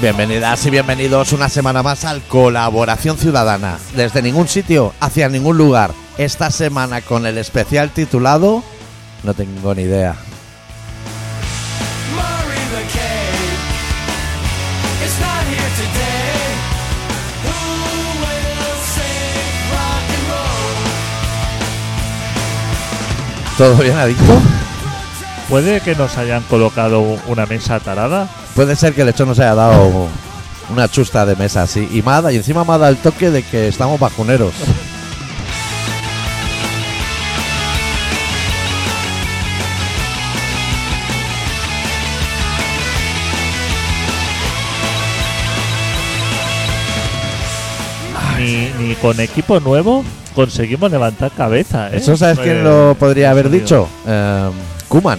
Bienvenidas y bienvenidos una semana más al Colaboración Ciudadana. Desde ningún sitio, hacia ningún lugar. Esta semana con el especial titulado No tengo ni idea. Murray the Cave It's not here today. Who will save rock and roll? ¿Todo bien adicto? ¿Puede que nos hayan colocado una mesa tarada? Puede ser que el hecho nos haya dado una chusta de mesa así. Y, Mada, y encima me ha dado el toque de que estamos vacuneros. Ni, ni con equipo nuevo conseguimos levantar cabeza. ¿eh? ¿Eso sabes Eh, quién lo podría haber sonido. dicho? Eh, Kuman.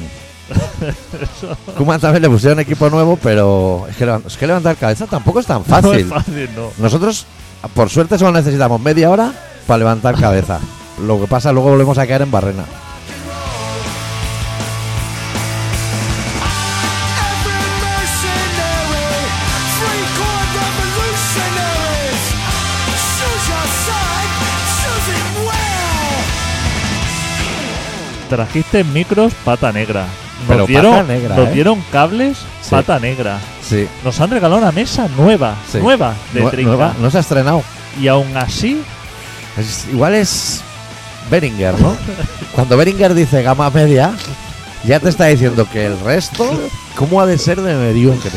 Eso Kuman también le pusieron equipo nuevo, pero es que, levant- es que levantar cabeza tampoco es tan no fácil. es fácil, no. Nosotros, por suerte, solo necesitamos media hora para levantar cabeza. Lo que pasa, luego volvemos a caer en barrena. Every mercenary, free core revolutionaries. Choose your side, choose it well. Trajiste micros pata negra. Nos Pero pata dieron, negra, nos ¿eh? dieron cables Sí. pata negra. Sí. Nos han regalado una mesa nueva, Sí. nueva de Nue- 30. nueva, no se ha estrenado. Y aún así, Es- igual es Beringer, ¿no? Cuando Beringer dice gama media, ya te está diciendo que el resto, ¿cómo ha de ser de mediocre?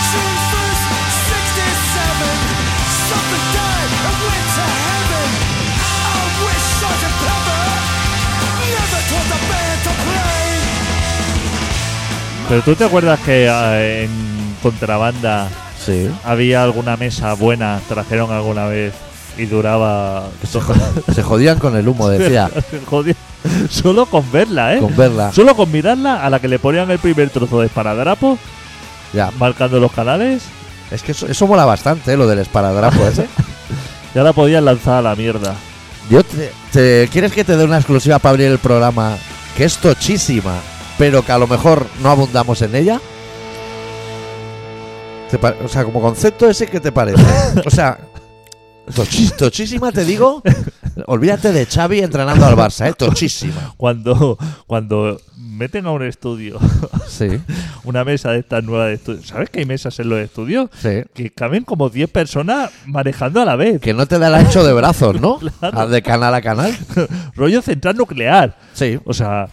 June 1st, 67. Something died and went to heaven. I wish Sergeant Pepper never told the band to play. pero tú te acuerdas que eh, en contrabanda Sí. había alguna mesa buena, trajeron alguna vez y duraba Se, jo- se jodían con el humo, decía, Joder, solo con verla, ¿eh? con verla. Solo con mirarla a la que le ponían el primer trozo de esparadrapo, Ya. marcando los canales, Es que eso, eso mola bastante, ¿eh? lo del esparadrapo ese. ya la podían lanzar a la mierda. Yo te, te- ¿Quieres que te dé una exclusiva para abrir el programa? Que es tochísima, pero que a lo mejor no abundamos en ella. ¿Te pa- o sea, como concepto ese, ¿qué te parece? O sea, tochi- tochísima te digo. Olvídate de Xavi entrenando al Barça, ¿eh? Tochísima. Cuando, cuando meten a un estudio, Sí, una mesa de estas nuevas de estudio, ¿sabes que hay mesas en los estudios? sí. Que caben como 10 personas manejando a la vez. Que no te da el ancho de brazos, ¿no? Ah, De canal a canal. Rollo central nuclear. Sí. O sea, a-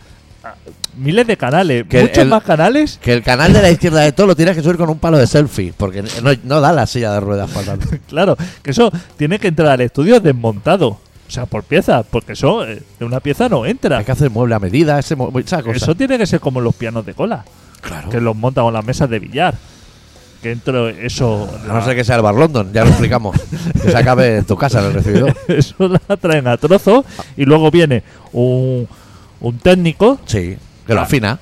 miles de canales, Que muchos el- más canales Que el canal de la izquierda de todo lo tienes que subir con un palo de selfie, porque no, no da la silla de ruedas para tanto. Claro, que eso tiene que entrar al estudio desmontado. O sea, por piezas, porque eso eh, de una pieza no entra. Hay que hacer mueble a medida, ese mue- esa cosa. Eso tiene que ser como los pianos de cola, claro. que los montan con las mesas de billar. Que entro eso. A no ser que sea el Bar London, ya lo explicamos. que se acabe en tu casa en el recibidor. Eso la traen a trozos y luego viene un, un técnico Sí, que lo Ah. afina,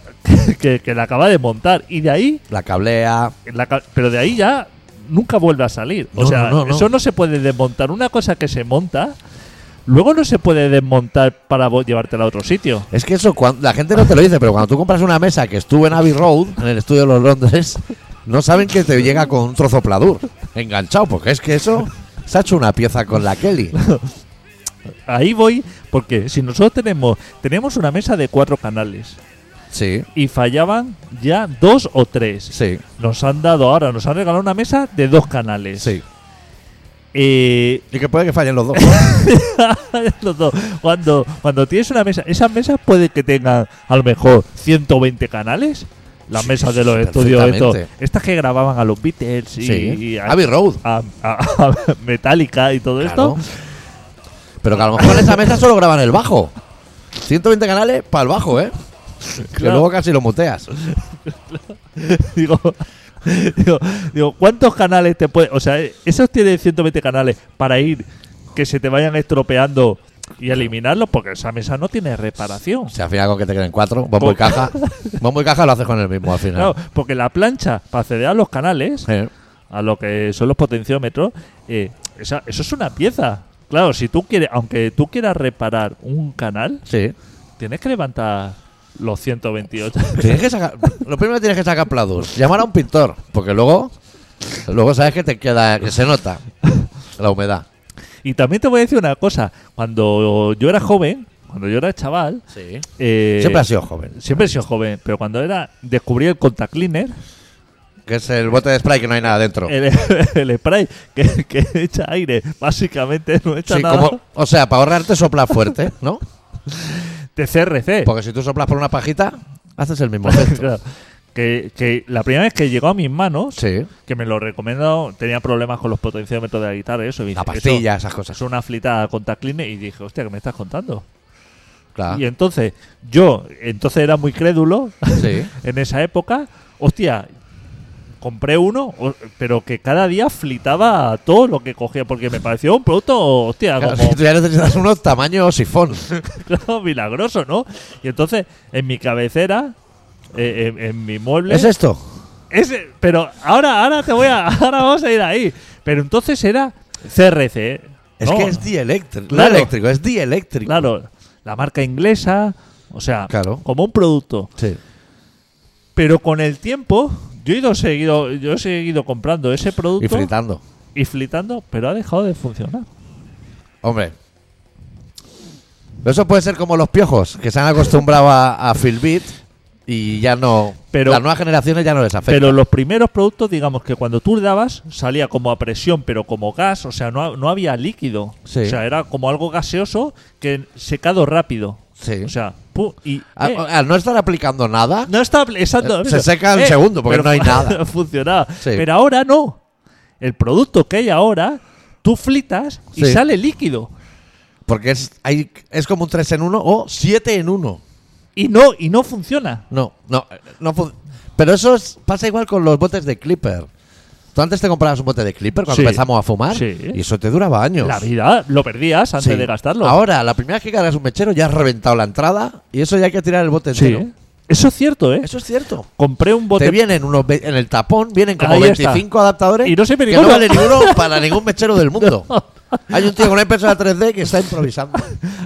que, que la acaba de montar y de ahí, la cablea. la ca- pero de ahí ya nunca vuelve a salir. O No, sea, no, no, no. eso no se puede desmontar. Una cosa que se monta, luego no se puede desmontar para vo- llevártela a otro sitio. Es que eso, cuan- la gente no te lo dice, pero cuando tú compras una mesa que estuvo en Abbey Road, en el estudio de los Londres, no saben que te llega con un trozo pladur enganchado, porque es que eso se ha hecho una pieza con la Kelly. Ahí voy, porque si nosotros tenemos, tenemos una mesa de cuatro canales Sí, y fallaban ya dos o tres. sí, Nos han dado ahora, nos han regalado una mesa de dos canales. sí. Eh, Y que puede que fallen los dos. los dos. Cuando, cuando tienes una mesa, esas mesas puede que tengan a lo mejor 120 canales. Las Sí, mesas de sí, los estudios, estos, perfectamente. estas que grababan a los Beatles y, Sí, y a, Abbey Road. a- a- a Metallica y todo Claro. esto. Pero que a lo mejor en esa mesa solo graban el bajo. 120 canales para el bajo, ¿eh? Que Claro. luego casi lo muteas. digo, digo, digo, ¿cuántos canales te puede O sea, eh, esos tienen 120 canales para ir que se te vayan estropeando y eliminarlos, porque esa mesa no tiene reparación. Si al final con que te queden cuatro, bombo y Po- caja. Bombo y caja lo haces con el mismo al final. Claro, porque la plancha para acceder a los canales, Eh, a lo que son los potenciómetros, eh, esa- eso es una pieza. Claro, si tú quieres, aunque tú quieras reparar un canal, Sí. tienes que levantar los 128. Tienes que sacar, lo primero que tienes que sacar Pladur. Llamar a un pintor, porque luego, luego sabes que te queda, que se nota la humedad. y también te voy a decir una cosa. Cuando yo era joven, cuando yo era chaval, Sí. eh, Siempre has sido joven. siempre he sido joven, pero cuando era descubrí el contact cleaner, Que es el bote de spray que no hay nada dentro. el, el spray que, que echa aire, básicamente no echa Sí, nada como- o sea, para ahorrarte soplas fuerte, ¿no? de CRC. Porque si tú soplas por una pajita, haces el mismo efecto. Claro. que, que la primera vez que llegó a mis manos, Sí. que me lo recomendó, tenía problemas con los potenciómetros de la guitarra y eso. y La dice, pastilla, esas eso cosas. es una flitada contact cleaner y dije, hostia, ¿qué me estás contando? Claro. Y entonces, yo, entonces era muy crédulo Sí. en esa época, hostia, compré uno, o- pero que cada día flitaba todo lo que cogía, porque me pareció un producto, hostia, Claro, como si tú ya necesitas unos tamaños sifón. claro, milagroso, ¿no? Y entonces, en mi cabecera, eh, en, en mi mueble... ¿Es esto? Ese- pero ahora, ahora te voy a. Ahora vamos a ir ahí. Pero entonces era CRC. ¿eh? Es No, que es dieléctrico. Claro. No eléctrico, es dieléctrico. Claro, la marca inglesa. O sea, Claro. como un producto. Sí. Pero con el tiempo, yo he ido seguido, yo he seguido comprando ese producto Y fritando. y flitando, pero ha dejado de funcionar. Hombre. Eso puede ser como los piojos, que se han acostumbrado a, a Filbit y ya no. Pero- las nuevas generaciones ya no les afecta. Pero los primeros productos, digamos que cuando tú le dabas, salía como a presión, pero como gas, o sea, no, ha- no había líquido. Sí. O sea, era como algo gaseoso que secado rápido. Sí. O sea, pu- y. A- eh, Al no estar aplicando nada, No está exacto. Eh, se seca el segundo, porque pero no hay nada. Funcionaba. Sí. Pero ahora no. El producto que hay ahora, tú flitas y Sí. sale líquido. porque es, hay, es como un 3 en 1 o 7 en 1. Y no, y no funciona. No, no, eh, no fun- Pero eso es- pasa igual con los botes de Clipper. Tú antes te comprabas un bote de Clipper cuando Sí. empezamos a fumar Sí. y eso te duraba años. La vida lo perdías antes Sí. de gastarlo. Ahora, la primera vez que cargas un mechero ya has reventado la entrada y eso ya hay que tirar el bote sí. entero. Eso es cierto, ¿eh? Eso es cierto. Compré un bote. Te vienen unos ve- en el tapón, vienen como Ahí 25 está. adaptadores Y no sirve que ninguno. no vale ninguno para ningún mechero del mundo. Hay un tío con una impresora 3D que está improvisando.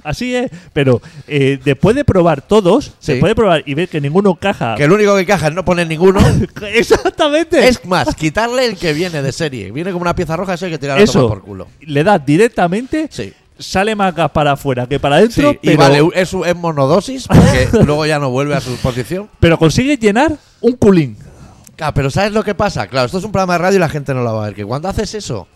Así es. Pero eh, después de probar todos, se Sí. puede probar y ver que ninguno caja. Que el único que encaja es no poner ninguno. Exactamente. Es más, quitarle el que viene de serie. Viene como una pieza roja, eso hay que tirarlo a Eso. tomar por culo. Le das directamente. Sí. Sale más gas para afuera que para adentro. y pero- vale, es, es monodosis porque luego ya no vuelve a su posición. Pero consigues llenar un culín. Ah, pero ¿sabes lo que pasa? Claro, esto es un programa de radio y la gente no lo va a ver. Que cuando haces eso,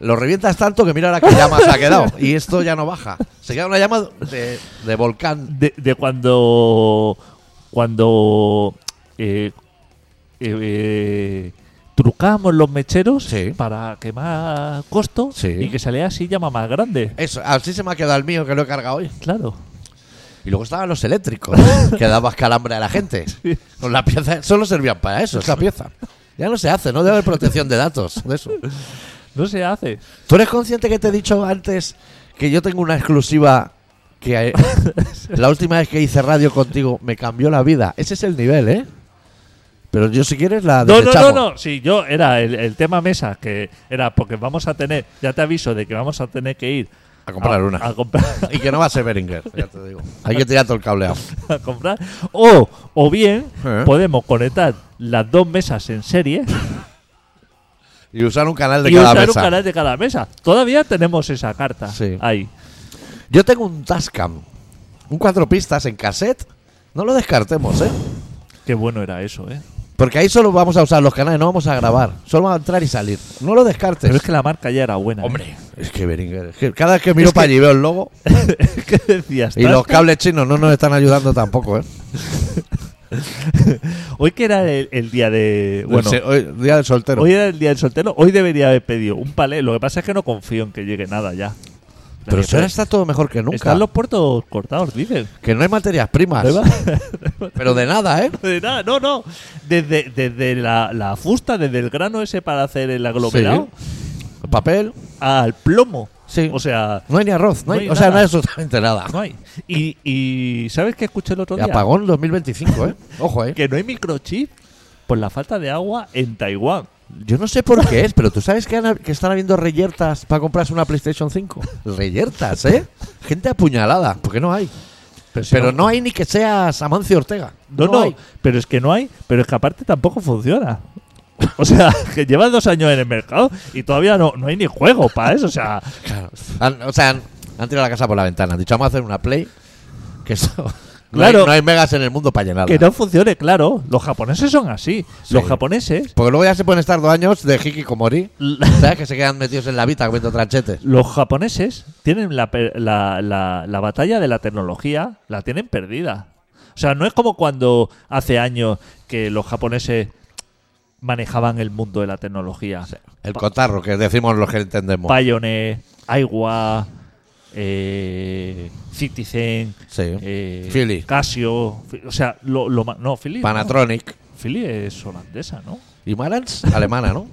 lo revientas tanto que mira la que llama se ha quedado. Y esto ya no baja. Se queda una llama de, de volcán. De, de cuando. Cuando. eh, eh, eh, trucamos los mecheros Sí. para quemar costo Sí. Eh. y que salía así llama más grande. Eso, así se me ha quedado el mío que lo he cargado hoy. Claro. Y luego estaban los eléctricos, que dabas calambre a la gente. Sí. Con la pieza, solo servían para eso, esa pieza. Ya no se hace, no debe haber protección de datos de eso. No se hace. ¿Tú eres consciente que te he dicho antes que yo tengo una exclusiva que eh, la última vez que hice radio contigo me cambió la vida? Ese es el nivel, ¿eh? Pero yo si quieres la No, no, no, desechamos. no. Sí, yo era el, el tema mesa, que era porque vamos a tener, ya te aviso de que vamos a tener que ir A comprar una. a comprar, Y que no va a ser Beringer, ya te digo. Hay que tirar todo el cableado. a comprar. O, o bien Eh. podemos conectar las dos mesas en serie Y usar un canal de y cada usar mesa. un canal de cada mesa. Todavía tenemos esa carta Sí. ahí. Yo tengo un Tascam, un cuatro pistas en cassette. No lo descartemos, ¿eh? Qué bueno era eso, ¿eh? Porque ahí solo vamos a usar los canales, no vamos a grabar. Solo va a entrar y salir. No lo descartes. Pero es que la marca ya era buena. ¿eh? Es que Beringer. es que cada vez que miro Es que- para allí veo el logo. ¿qué decías? Y los cables chinos no nos están ayudando tampoco, ¿eh? Hoy que era el, el día de... Bueno, Se- hoy, día del soltero. hoy era el día del soltero. Hoy debería haber pedido un palé. Lo que pasa es que no confío en que llegue nada ya. Pero Nadie si ahora puede- está todo mejor que nunca. Están los puertos cortados, dicen. Que no hay materias primas. No hay Pero de nada, ¿eh? De nada, no, no. Desde, desde la, la fusta, desde el grano ese para hacer el aglomerado, El Papel. al plomo. Sí. O sea, No hay ni arroz. No No hay- hay o sea, no nada. hay absolutamente nada. no hay. Y, y ¿sabes qué escuché el otro Y día? apagón 2025, ¿eh? Ojo, ¿eh? Que no hay microchip por la falta de agua en Taiwán. Yo no sé por qué es, pero tú sabes que, han- que están habiendo reyertas para comprarse una PlayStation 5. Reyertas, ¿eh? Gente apuñalada. ¿Por qué no hay? Pero si Pero no- no hay ni que seas Amancio Ortega. No, no, hay. pero es que no hay, pero es que aparte tampoco funciona. O sea, que lleva dos años en el mercado y todavía no, no hay ni juego para eso. O sea, Claro. Han- o sea, han, han tirado la casa por la ventana. Han dicho, vamos a hacer una play. Que eso. No, Claro. hay, no hay megas en el mundo para llenarla. que no funcione, claro. Los japoneses son así. Los Sí. japoneses, Porque luego ya se pueden estar dos años de Hikikomori. l- ¿Sabes? Que se quedan metidos en la vida comiendo tranchetes. los japoneses tienen la, per- la, la- la batalla de la tecnología, la tienen perdida. O sea, no es como cuando hace años que los japoneses manejaban el mundo de la tecnología. El Pa- cotarro, que decimos los que entendemos. Pioneer, Aiwa, eh, Citizen, Sí. eh, Philly. Casio, fi- o sea, lo, lo ma- no, Philly, no. Panatronic. Philly es holandesa, ¿no? Y Marantz, alemana, ¿no?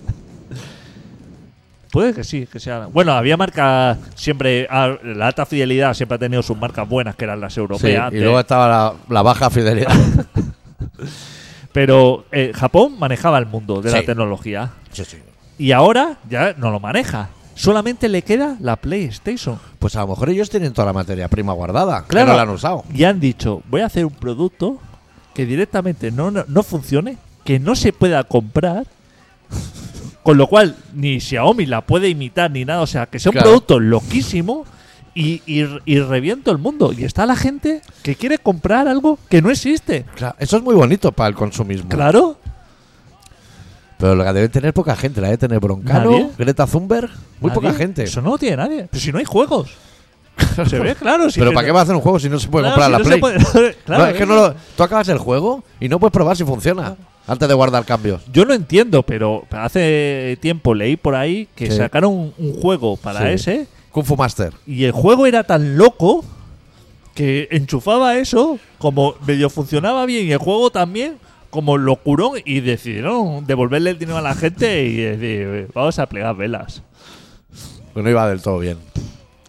Puede que sí, que sea. Bueno, había marcas siempre, ah, la alta fidelidad siempre ha tenido sus marcas buenas, que eran las Sí, europeas, y antes, luego estaba la, la baja fidelidad. pero eh, Japón manejaba el mundo de la Sí. tecnología Sí, sí. y ahora ya no lo maneja. Solamente le queda la PlayStation. Pues a lo mejor ellos tienen toda la materia prima guardada. Claro. Claro. no la han usado. Y han dicho, voy a hacer un producto que directamente no, no, no funcione, que no se pueda comprar, con lo cual ni Xiaomi la puede imitar ni nada, o sea, que sea un Claro. producto loquísimo y, y, y reviento el mundo. Y está la gente que quiere comprar algo que no existe. Claro, Eso es muy bonito para el consumismo. Claro, Pero lo que debe tener poca gente, la debe tener Broncano, Nadie. Greta Thunberg, muy nadie- poca gente. Eso no lo tiene nadie. Pero si no hay juegos. Se ve claro. Si Pero que ¿para qué no- va a hacer un juego si no se puede claro, comprar si la no se Play? puede- claro, ¿eh? No, es que no lo- tú acabas el juego y no puedes probar si funciona antes de guardar cambios. Yo lo entiendo, pero hace tiempo leí por ahí que Sí. sacaron un, un juego para Sí. ese Kung Fu Master. y el juego era tan loco que enchufaba eso, como medio funcionaba bien y el juego también, como locurón y decidieron devolverle el dinero a la gente y decir, vamos a plegar velas. Que no iba del todo bien.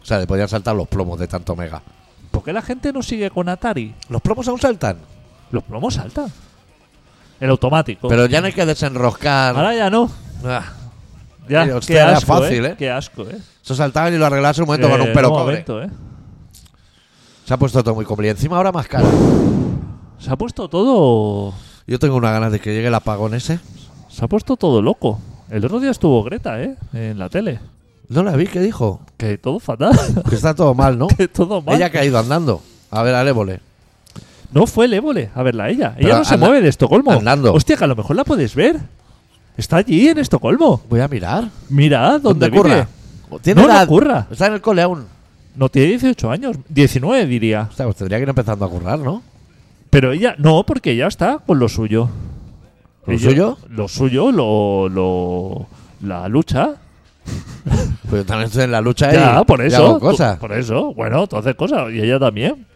O sea, le podían saltar los plomos de tanto mega. ¿Por qué la gente no sigue con Atari? Los plomos aún saltan. Los plomos saltan. El automático. Pero ya no hay que desenroscar. Ahora ya no. Ah, Ya, Sí, qué hostia, era asco, fácil, ¿eh? Qué asco, ¿eh? eso saltaban y lo arreglas un momento con Eh, un pelo cobre. momento, ¿eh? Se ha puesto todo muy complicado. Y encima ahora más caro. Se ha puesto todo Yo tengo una ganas de que llegue el apagón ese. Se ha puesto todo loco. El otro día estuvo Greta, ¿eh? En la tele. No la vi, ¿qué dijo? Que todo fatal. Que está todo mal, ¿no? que todo mal. Ella que ha ido andando. A ver, al ébole. No fue el ébole. A verla, ella. Pero ella no se anda- mueve de Estocolmo. andando. Hostia, que a lo mejor la puedes ver. Está allí, en Estocolmo. Voy a mirar. Mira dónde, vive. curra? Tiene No, no edad. curra. Está en el cole aún. No tiene 18 años. 19, diría. O sea, pues tendría que ir empezando a currar, ¿no? Pero ella... No, porque ella está con lo suyo. ¿Lo Ella- suyo? Lo suyo, lo... lo la lucha. Pues yo también estoy en la lucha y- ya, por y eso. hago tú- cosas. por eso. Bueno, tú haces cosas. Y ella también.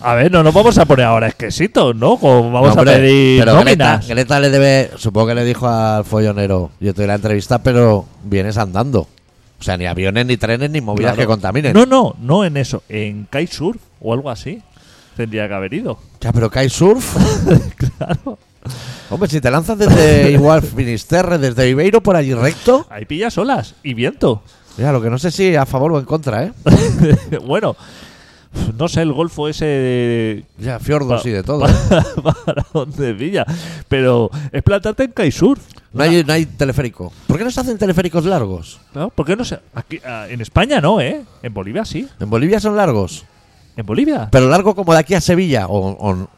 A ver, no nos vamos a poner ahora exquisitos, ¿no? Como vamos No, hombre, a pedir pero Greta, nóminas. Greta le debe. Supongo que le dijo al follonero: Yo te doy la entrevista, pero vienes andando. O sea, ni aviones, ni trenes, ni movidas Claro. que contaminen. No, no, no en eso. En kitesurf o algo así. Tendría que haber ido. Ya, pero que hay surf. claro. Hombre, si te lanzas desde igual Finisterre, desde Ibeiro por allí recto. Ahí pillas olas y viento. Mira, lo que no sé si a favor o en contra, ¿eh? bueno, no sé, el golfo ese de- Ya, fiordos pa- y de todo. ¿eh? Para, para donde pilla. Pero es plantarte en kitesurf. No hay, no hay teleférico. ¿Por qué no se hacen teleféricos largos? ¿no? ¿Por qué no se...? aquí- ah, en España no, ¿eh? En Bolivia sí. En Bolivia son largos. ¿En Bolivia? Pero largo como de aquí a Sevilla. O, o-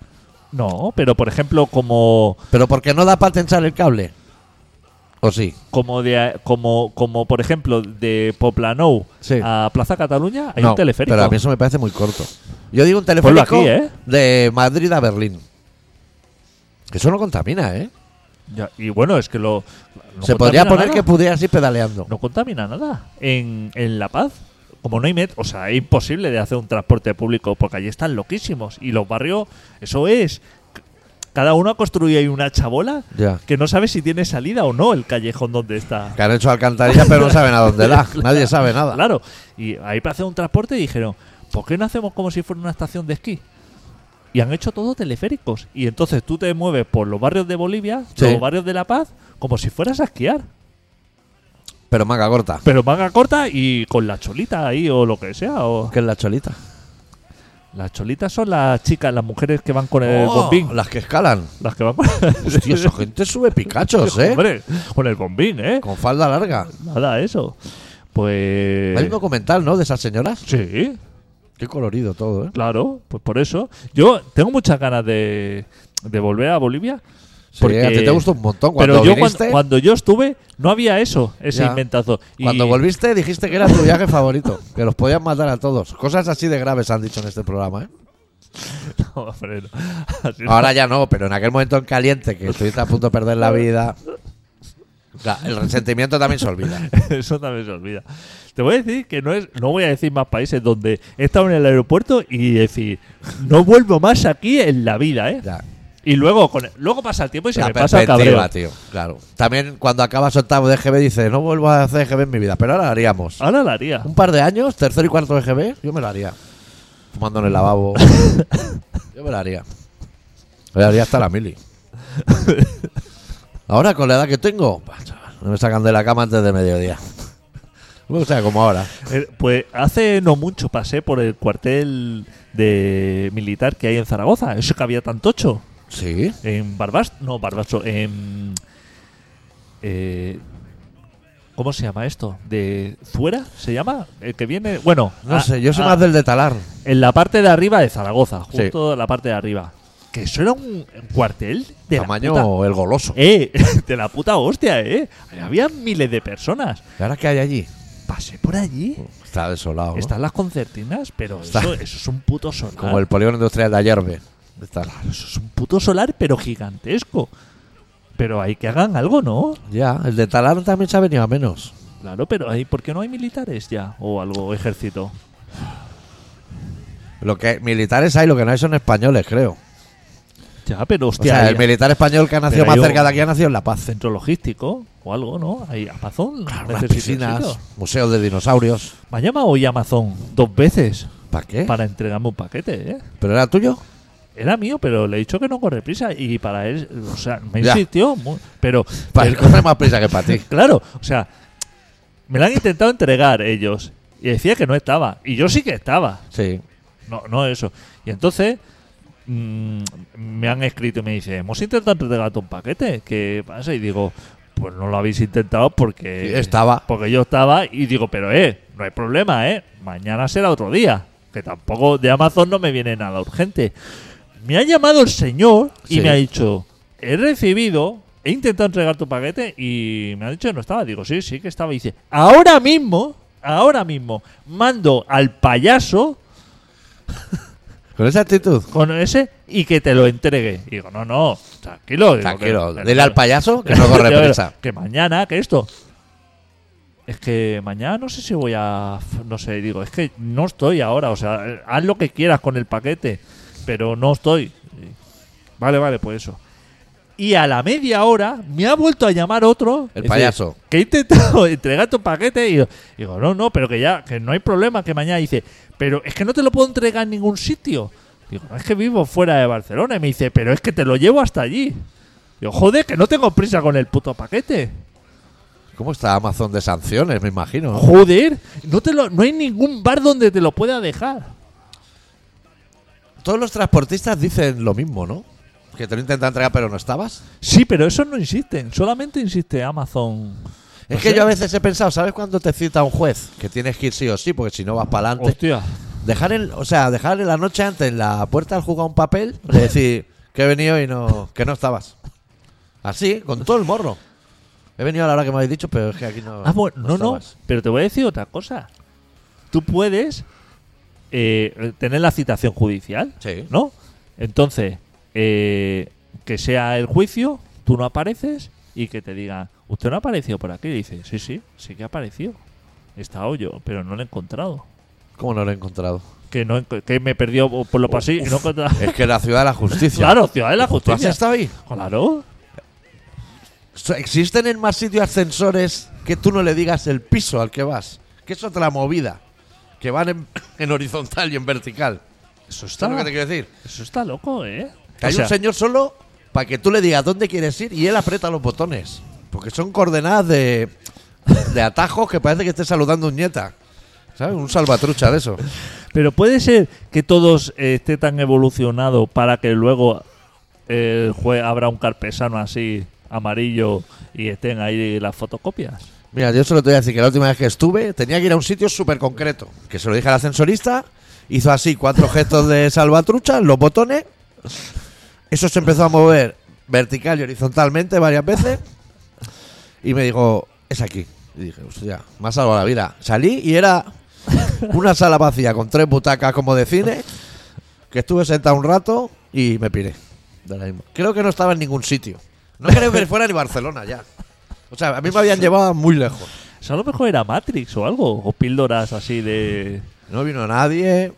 No, pero por ejemplo, como, pero porque no da para tensar el cable. ¿O sí? como de como, como por ejemplo de Poplanou Sí. a Plaza Cataluña hay No, un teleférico. Pero a mí eso me parece muy corto. Yo digo un Ponlo teleférico aquí, ¿eh? de Madrid a Berlín. Eso no contamina, ¿eh? Ya, y bueno, es que lo no se contamina podría poner nada. que pudieras ir pedaleando. no contamina nada. En, en La Paz, como no hay metro, o sea, es imposible de hacer un transporte público porque allí están loquísimos y los barrios, eso es c- cada uno ha construido ahí una chabola Ya. que no sabe si tiene salida o no el callejón donde está. Que han hecho alcantarillas, pero no saben a dónde da. Nadie sabe nada. Claro. Y ahí para hacer un transporte dijeron, ¿por qué no hacemos como si fuera una estación de esquí? Y han hecho todo teleféricos. Y entonces tú te mueves por los barrios de Bolivia, Sí. los barrios de La Paz, como si fueras a esquiar. Pero manga corta. Pero manga corta y con la cholita ahí o lo que sea. O... ¿Qué es la cholita? Las cholitas son las chicas, las mujeres que van con el Oh, bombín. Las que escalan. Las que van con. Hostia, esa gente sube picachos, ¿eh? Hombre, con el bombín, ¿eh? Con falda larga. Nada, eso. Pues. Hay un documental, ¿no? De esas señoras. Sí, Qué colorido todo, ¿eh? claro, pues por eso. Yo tengo muchas ganas de, de volver a Bolivia. Sí, Porque a ti te gusta un montón. Cuando Pero yo viniste, cuando, cuando yo estuve no había eso, ese Ya. inventazo. Y- cuando volviste dijiste que era tu viaje favorito, que los podían matar a todos. Cosas así de graves han dicho en este programa, ¿eh? No, hombre, no. Así no. Ahora ya no, pero en aquel momento en caliente que estuviste a punto de perder la vida. la- el resentimiento también se olvida. Eso también se olvida. Te voy a decir que no es, no voy a decir más países donde he estado en el aeropuerto y decir, no vuelvo más aquí en la vida, ¿eh? Ya. Y luego con el- luego pasa el tiempo y se La me pasa el perspectiva, cabreo. tío. Claro. También cuando acabas octavo de GB dices, no vuelvo a hacer GB en mi vida, pero ahora lo haríamos. Ahora la haría. Un par de años, tercero y cuarto de GB, yo me lo haría. Fumando en el lavabo. yo me lo haría. Me lo haría hasta la mili. Ahora con la edad que tengo, bah, chaval, no me sacan de la cama antes de mediodía. O sea, como ahora. Eh, Pues hace no mucho pasé por el cuartel de militar que hay en Zaragoza. Eso que había tantocho. Sí. En Barbas... No, Barbasto. En... eh, ¿Cómo se llama esto? ¿De Zuera se llama? El que viene... Bueno, No a- sé, yo soy a- más del Ah, de talar. En la parte de arriba de Zaragoza, Sí. justo en la parte de arriba. Que eso era un cuartel de la puta- Tamaño el goloso. eh, de la puta hostia, eh. Había miles de personas. ¿Y ahora qué hay allí? Pasé por allí. Está desolado. ¿no? Están las concertinas, pero Está- eso, eso es un puto solar. Como el polígono industrial de Ayerbe. Está. Eso es un puto solar, pero gigantesco. Pero hay que hagan algo, ¿no? Ya, el de talar también se ha venido a menos. Claro, pero ahí, ¿por qué no hay militares ya? O algo, ejército. Lo que militares hay, lo que no hay son españoles, creo. Ya, pero O hostia. sea, hay el militar español que ha nacido Pero más hay un- cerca de aquí ha nacido en La Paz. centro logístico o algo, ¿no? Hay Amazon. Unas necesita piscinas, sitio. museos de dinosaurios. Me ha llamado hoy Amazon dos veces ¿Para qué? para entregarme un paquete, ¿eh? ¿Pero era tuyo? Era mío, pero le he dicho que no corre prisa y para él, o sea, me Ya. insistió, mu- pero Para el- él corre más prisa que para ti. Pues claro, o sea, me la han intentado entregar ellos y decía que no estaba y yo sí que estaba, Sí. no, no eso. Y entonces mm, me han escrito y me dice, hemos intentado entregarte un paquete, ¿qué pasa? Y digo, pues no lo habéis intentado porque Estaba. porque yo estaba y digo, pero eh, no hay problema, eh. Mañana será otro día. Que tampoco de Amazon no me viene nada urgente. Me ha llamado el señor y Sí. me ha dicho, he recibido, he intentado entregar tu paquete y me ha dicho que no estaba. Digo, sí, sí que estaba. Y dice, ahora mismo, ahora mismo, mando al payaso Con esa actitud. con ese y que te lo entregue. Y digo, no, no, tranquilo. digo, Tranquilo. que- que- Dile al payaso que no corre Yo, prisa. Que mañana, que esto. Es que mañana no sé si voy a. No sé, digo, es que no estoy ahora. O sea, eh, haz lo que quieras con el paquete, pero no estoy. Y- Vale, vale, pues eso. Y a la media hora me ha vuelto a llamar otro. El decir, payaso. Que he intentado entregar tu paquete. Y yo- digo, no, no, pero que ya, que no hay problema, que mañana. Y dice, pero es que no te lo puedo entregar en ningún sitio. Digo, no, es que vivo fuera de Barcelona. Y me dice, pero es que te lo llevo hasta allí. Digo, joder, que no tengo prisa con el puto paquete. ¿Cómo está Amazon de sanciones, me imagino? ¿no? Joder, no, te lo, no hay ningún bar donde te lo pueda dejar. Todos los transportistas dicen lo mismo, ¿no? Que te lo intentan entregar pero no estabas. Sí, pero eso no insisten, solamente insiste Amazon. Es No que sé. yo a veces he pensado, ¿sabes cuándo te cita un juez? Que tienes que ir sí o sí, porque si no vas para adelante. Hostia, Dejar el, o sea, dejar la noche antes en la puerta al jugar un papel de decir que he venido y no, que no estabas. Así, con todo el morro. He venido a la hora que me habéis dicho, pero es que aquí no. Ah, bueno, no, no, estabas. pero te voy a decir otra cosa. Tú puedes eh, tener la citación judicial, Sí. ¿no? Entonces, eh, que sea el juicio, tú no apareces y que te digan, ¿usted no ha aparecido por aquí? Y dice, sí, sí, sí que ha aparecido. He estado yo, pero no lo he encontrado. ¿Cómo no lo he encontrado? Que, no, enco- que me perdió por los pasillos y no encontraba. Es que la ciudad de la justicia. Claro, Ciudad de la Pues ¿Tú has Justicia. estado ahí? Claro. So- ¿Existen en más sitios ascensores que tú no le digas el piso al que vas? Que es otra movida. Que van en, en horizontal y en vertical. Eso está, ¿Sabes lo que te quiero decir? eso está loco, ¿eh? Que hay O sea, un señor solo para que tú le digas dónde quieres ir y él aprieta los botones. Porque son coordenadas de, de atajos que parece que esté saludando un nieta. ¿Sabes? Un salvatrucha de eso. Pero puede ser que todos eh, esté tan evolucionado para que luego eh, el juez habrá un carpesano así amarillo y estén ahí las fotocopias. Mira, yo solo te voy a decir que la última vez que estuve tenía que ir a un sitio súper concreto. Que se lo dije al ascensorista, hizo así cuatro gestos de salvatrucha, los botones. Eso se empezó a mover vertical y horizontalmente varias veces. Y me dijo, es aquí. Y dije, hostia, me ha salvado la vida. Salí y era una sala vacía con tres butacas como de cine. Que estuve sentado un rato y me piré. de la misma. Creo que no estaba en ningún sitio. No creo que fuera ni Barcelona ya. O sea, a mí Pues me habían llevado muy lejos. O sea, a lo mejor era Matrix o algo, o píldoras así de... No vino nadie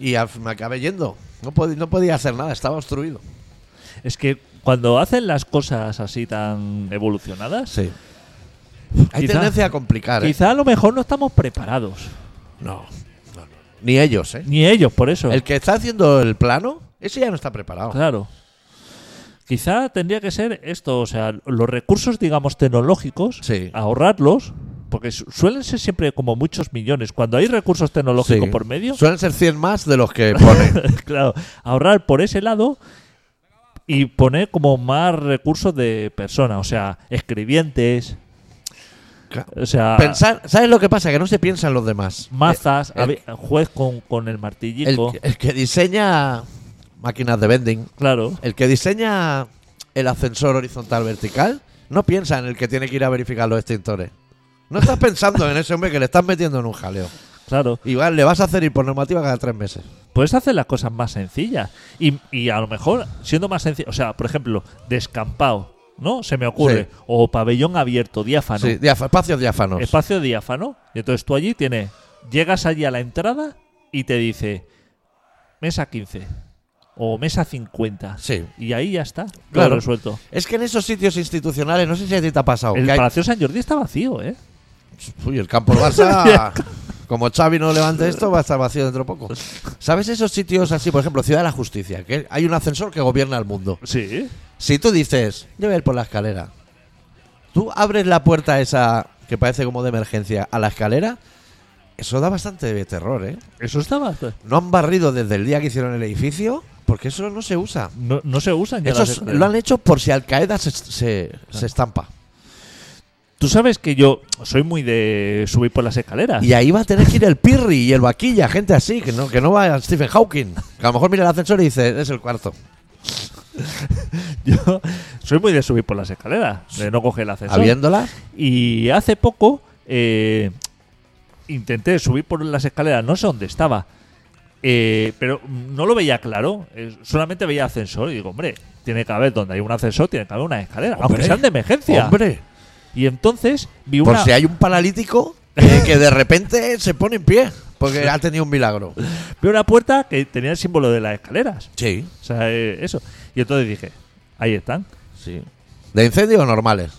y al- me acabé yendo. No, pod- no podía hacer nada, estaba obstruido. Es que cuando hacen las cosas así tan evolucionadas, Sí. Hay Quizá- tendencia a complicar. ¿eh? quizá a lo mejor no estamos preparados. No, no, no. Ni ellos, ¿eh? Ni ellos, por eso. El que está haciendo el plano, ese ya no está preparado. Claro. Quizá tendría que ser esto, o sea, los recursos, digamos, tecnológicos, Sí. ahorrarlos, porque su- suelen ser siempre como muchos millones. Cuando hay recursos tecnológicos Sí. por medio, Suelen ser 100 más de los que ponen. claro, ahorrar por ese lado y poner como más recursos de persona, o sea, escribientes, Claro. o sea, Pensar, ¿Sabes lo que pasa? Que no se piensan los demás. mazas, el- habi- juez con, con el El, martillico, el que diseña máquinas de vending, claro. el que diseña el ascensor horizontal vertical, no piensa en el que tiene que ir a verificar los extintores. No estás pensando en ese hombre que le estás metiendo en un jaleo. Claro, Y va- le vas a hacer ir por normativa cada tres meses. puedes hacer las cosas más sencillas. Y, y a lo mejor, siendo más sencillo, o sea, por ejemplo, descampado, ¿no? Se me ocurre. Sí. O pabellón abierto, diáfano. Sí, diaf- espacios diáfanos. Espacio diáfano. Y entonces tú allí tienes, llegas allí a la entrada y te dice mesa 15 o mesa 50. Sí. Y ahí ya está, claro, Claro. resuelto. es que en esos sitios institucionales, no sé si a ti te ha pasado. El que hay- Palacio San Jordi está vacío, ¿eh? Uy, el campo del Barça. como Xavi no levante esto, va a estar vacío dentro de poco. ¿Sabes esos sitios así? Por ejemplo, Ciudad de la Justicia, que hay un ascensor que gobierna el mundo. Sí. Si tú dices, yo voy a ir por la escalera, tú abres la puerta esa que parece como de emergencia a la escalera, eso da bastante terror, ¿eh? Eso está bastante. No han barrido desde el día que hicieron el edificio, porque eso no se usa. No, no se usan ya Eso las es- escaleras. lo han hecho por si Al Qaeda se, se- Ah. se estampa. Tú sabes que yo soy muy de subir por las escaleras. Y ahí va a tener que ir el Pirri y el Vaquilla, gente así, que no, que no va Stephen Hawking. Que a lo mejor mira el ascensor y dice, es el cuarto. Yo soy muy de subir por las escaleras, de no coger el ascensor. Habiéndola, Y hace poco eh, intenté subir por las escaleras, no sé dónde estaba, eh, pero no lo veía claro, eh, solamente veía ascensor y digo, hombre, tiene que haber donde hay un ascensor, tiene que haber una escalera, aunque Hombre, sean de emergencia. hombre, Y entonces vi por una... si hay un paralítico que, que de repente se pone en pie, porque ha tenido un milagro. Vi una puerta que tenía el símbolo de las escaleras. Sí, O sea, eh, eso. Y entonces dije, ahí están. sí. ¿De incendios normales?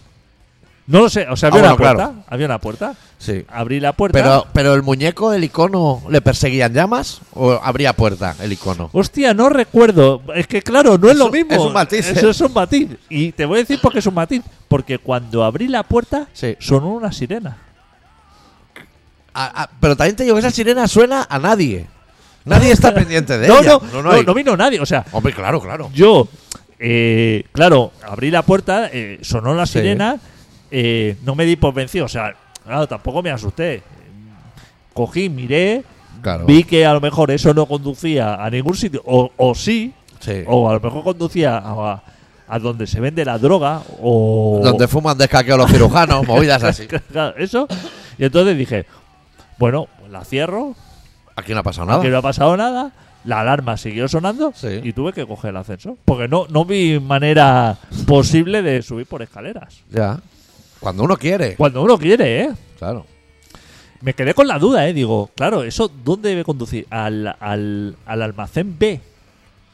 No lo sé, o sea, Ah, había una bueno, puerta, claro. había una puerta, Sí. abrí la puerta. Pero, pero el muñeco, el icono, ¿le perseguían llamas o abría puerta el icono? Hostia, no recuerdo. Es que claro, no es, Es lo un- mismo. es un matiz, Eso eh. es un matiz. Y te voy a decir por qué es un matiz. Porque cuando abrí la puerta Sí. sonó una sirena. Ah, ah, pero también te digo que esa sirena suena a nadie. Nadie está pendiente de no, ella. no, no, no, hay. vino nadie. O sea, Hombre, claro, claro. yo, eh, claro, abrí la puerta, eh, sonó la Sí. sirena, eh, no me di por vencido. O sea, claro, tampoco me asusté. Cogí, miré, Claro. vi que a lo mejor eso no conducía a ningún sitio. O, o sí, Sí. o a lo mejor conducía a, a donde se vende la droga o Donde fuman descaqueo los cirujanos, movidas así. Claro, eso. Y entonces dije, bueno, pues la cierro, Aquí no ha pasado que nada. no ha pasado nada. La alarma siguió sonando Ah. Sí. y tuve que coger el ascensor. Porque no, no vi manera posible de subir por escaleras. Ya. Cuando uno quiere. Cuando uno quiere, ¿eh? Claro. Me quedé con la duda, ¿eh? Digo, claro, ¿eso dónde debe conducir? Al, al, al almacén B.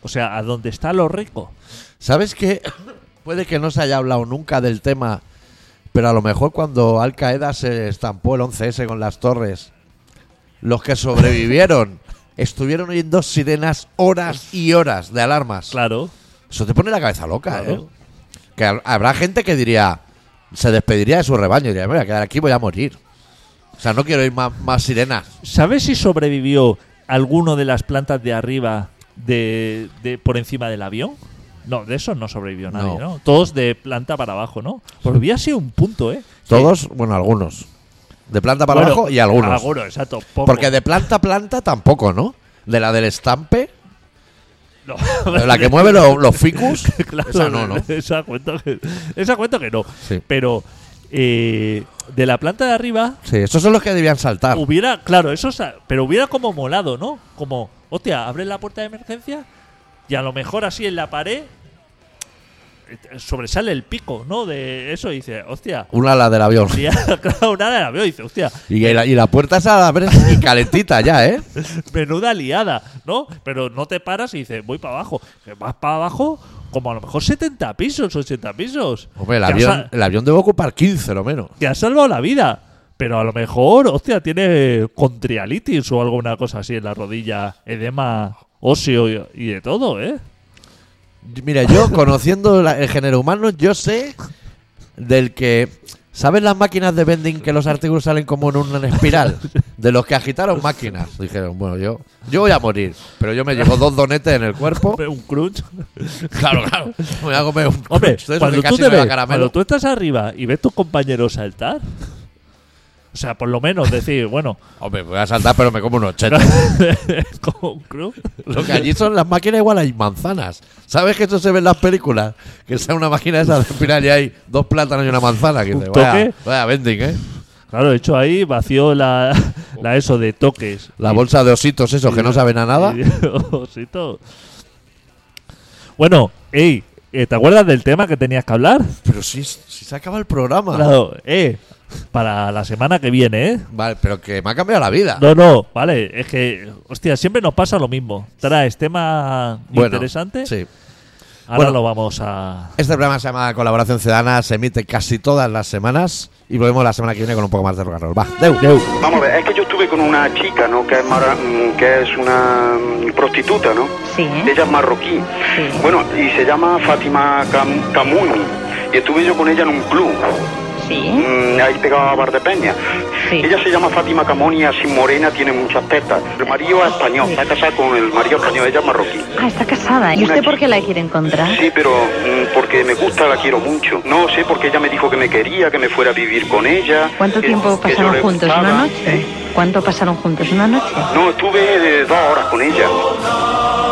O sea, a donde está lo rico. ¿Sabes qué? Puede que no se haya hablado nunca del tema, pero a lo mejor cuando Al Qaeda se estampó el 11S con las torres, los que sobrevivieron estuvieron oyendo sirenas horas y horas de alarmas. Claro. Eso te pone la cabeza loca, claro. ¿eh? Que ha- habrá gente que diría, se despediría de su rebaño y diría, me voy a quedar aquí, voy a morir. O sea, no quiero ir más, más sirenas. ¿Sabes si sobrevivió alguno de las plantas de arriba de, de- por encima del avión? No, de esos no sobrevivió nadie, No. ¿no? Todos de planta para abajo, ¿no? Pues hubiera sido un punto, ¿eh? Todos, bueno, algunos. De planta para Bueno, abajo y algunos. Algunos, exacto. poco. Porque de planta a planta tampoco, ¿no? De la del estampe, No. la que mueve lo- los ficus. Claro, esa no, ¿no? Esa cuento que, esa cuento que no. Sí. Pero eh, de la planta de arriba Sí, esos son los que debían saltar. hubiera, claro, eso, sa- pero hubiera como molado, ¿no? Como, hostia, abres la puerta de emergencia y a lo mejor así en la pared eh, sobresale el pico, ¿no? De eso y dice, hostia. Una ala del avión. Y ya, claro, una la veo y dice, hostia, Y la, y la puerta esa la abres y calentita ya, ¿eh? menuda liada, ¿no? Pero no te paras y dices, voy para abajo. Que Vas para abajo como a lo mejor 70 pisos, 80 pisos. Hombre, el Te has avión, sal- el avión debe ocupar 15 lo menos. te has salvado la vida. Pero a lo mejor, hostia, tiene contrialitis o alguna cosa así en la rodilla, edema óseo y, y de todo, ¿eh? Mira, yo conociendo la- el género humano, yo sé del que. ¿Sabes las máquinas de vending que los artículos salen como en una espiral? De los que agitaron máquinas. Dijeron, bueno, yo, yo voy a morir, pero yo me llevo dos donetes en el cuerpo. Hombre, Un crunch. Claro, claro. Me voy a comer un Hombre, crunch de eso cuando que tú, casi te me da ves- caramelo. cuando tú estás arriba y ves tus compañeros saltar, o sea, por lo menos decir, bueno, Hombre, voy a saltar, pero me como unos chetos. es como un crunch. Lo que allí son las máquinas igual hay manzanas. ¿Sabes que eso se ve en las películas? Que sea una máquina esa de espiral y hay dos plátanos y una manzana. Que Un dice, vaya, toque. vaya vending, ¿eh? Claro, de hecho ahí vació la, la eso de toques. La Y- bolsa de ositos esos que no saben a nada. Y- osito. Bueno, ey, eh, ¿te acuerdas del tema que tenías que hablar? Pero si, si se acaba el programa. Claro, eh, para la semana que viene, ¿eh? Vale, pero que me ha cambiado la vida. No, no, vale, es que, hostia, siempre nos pasa lo mismo. Traes tema Bueno, interesante, Sí. ahora Bueno. lo vamos a... Este programa se llama Colaboración Ciudadana, se emite casi todas las semanas y volvemos la semana que viene con un poco más de rock and roll. Va, deu. Deu. Vamos a ver, es que yo estuve con una chica, ¿no? Que es, mara- mm, que es una mm, prostituta, ¿no? Sí. Ella es marroquí. Sí. Bueno, y se llama Fátima Cam- Camuni. Y estuve yo con ella en un club, Sí. mm, ahí pegaba a Bar de Peña. Sí. Ella se llama Fátima Camuni, así morena, tiene muchas tetas. El marido es español, está casada con el marido español, ella es marroquí. Ah, está casada. ¿Y usted por qué la quiere encontrar? Sí, pero mm, porque me gusta, la quiero mucho. No sé, porque ella me dijo que me quería, que me fuera a vivir con ella. ¿Cuánto que- tiempo que yo pasaron le juntos? gustaba, ¿Una ¿eh? noche? ¿Cuánto pasaron juntos? ¿Una noche? No, estuve eh, dos horas con ella.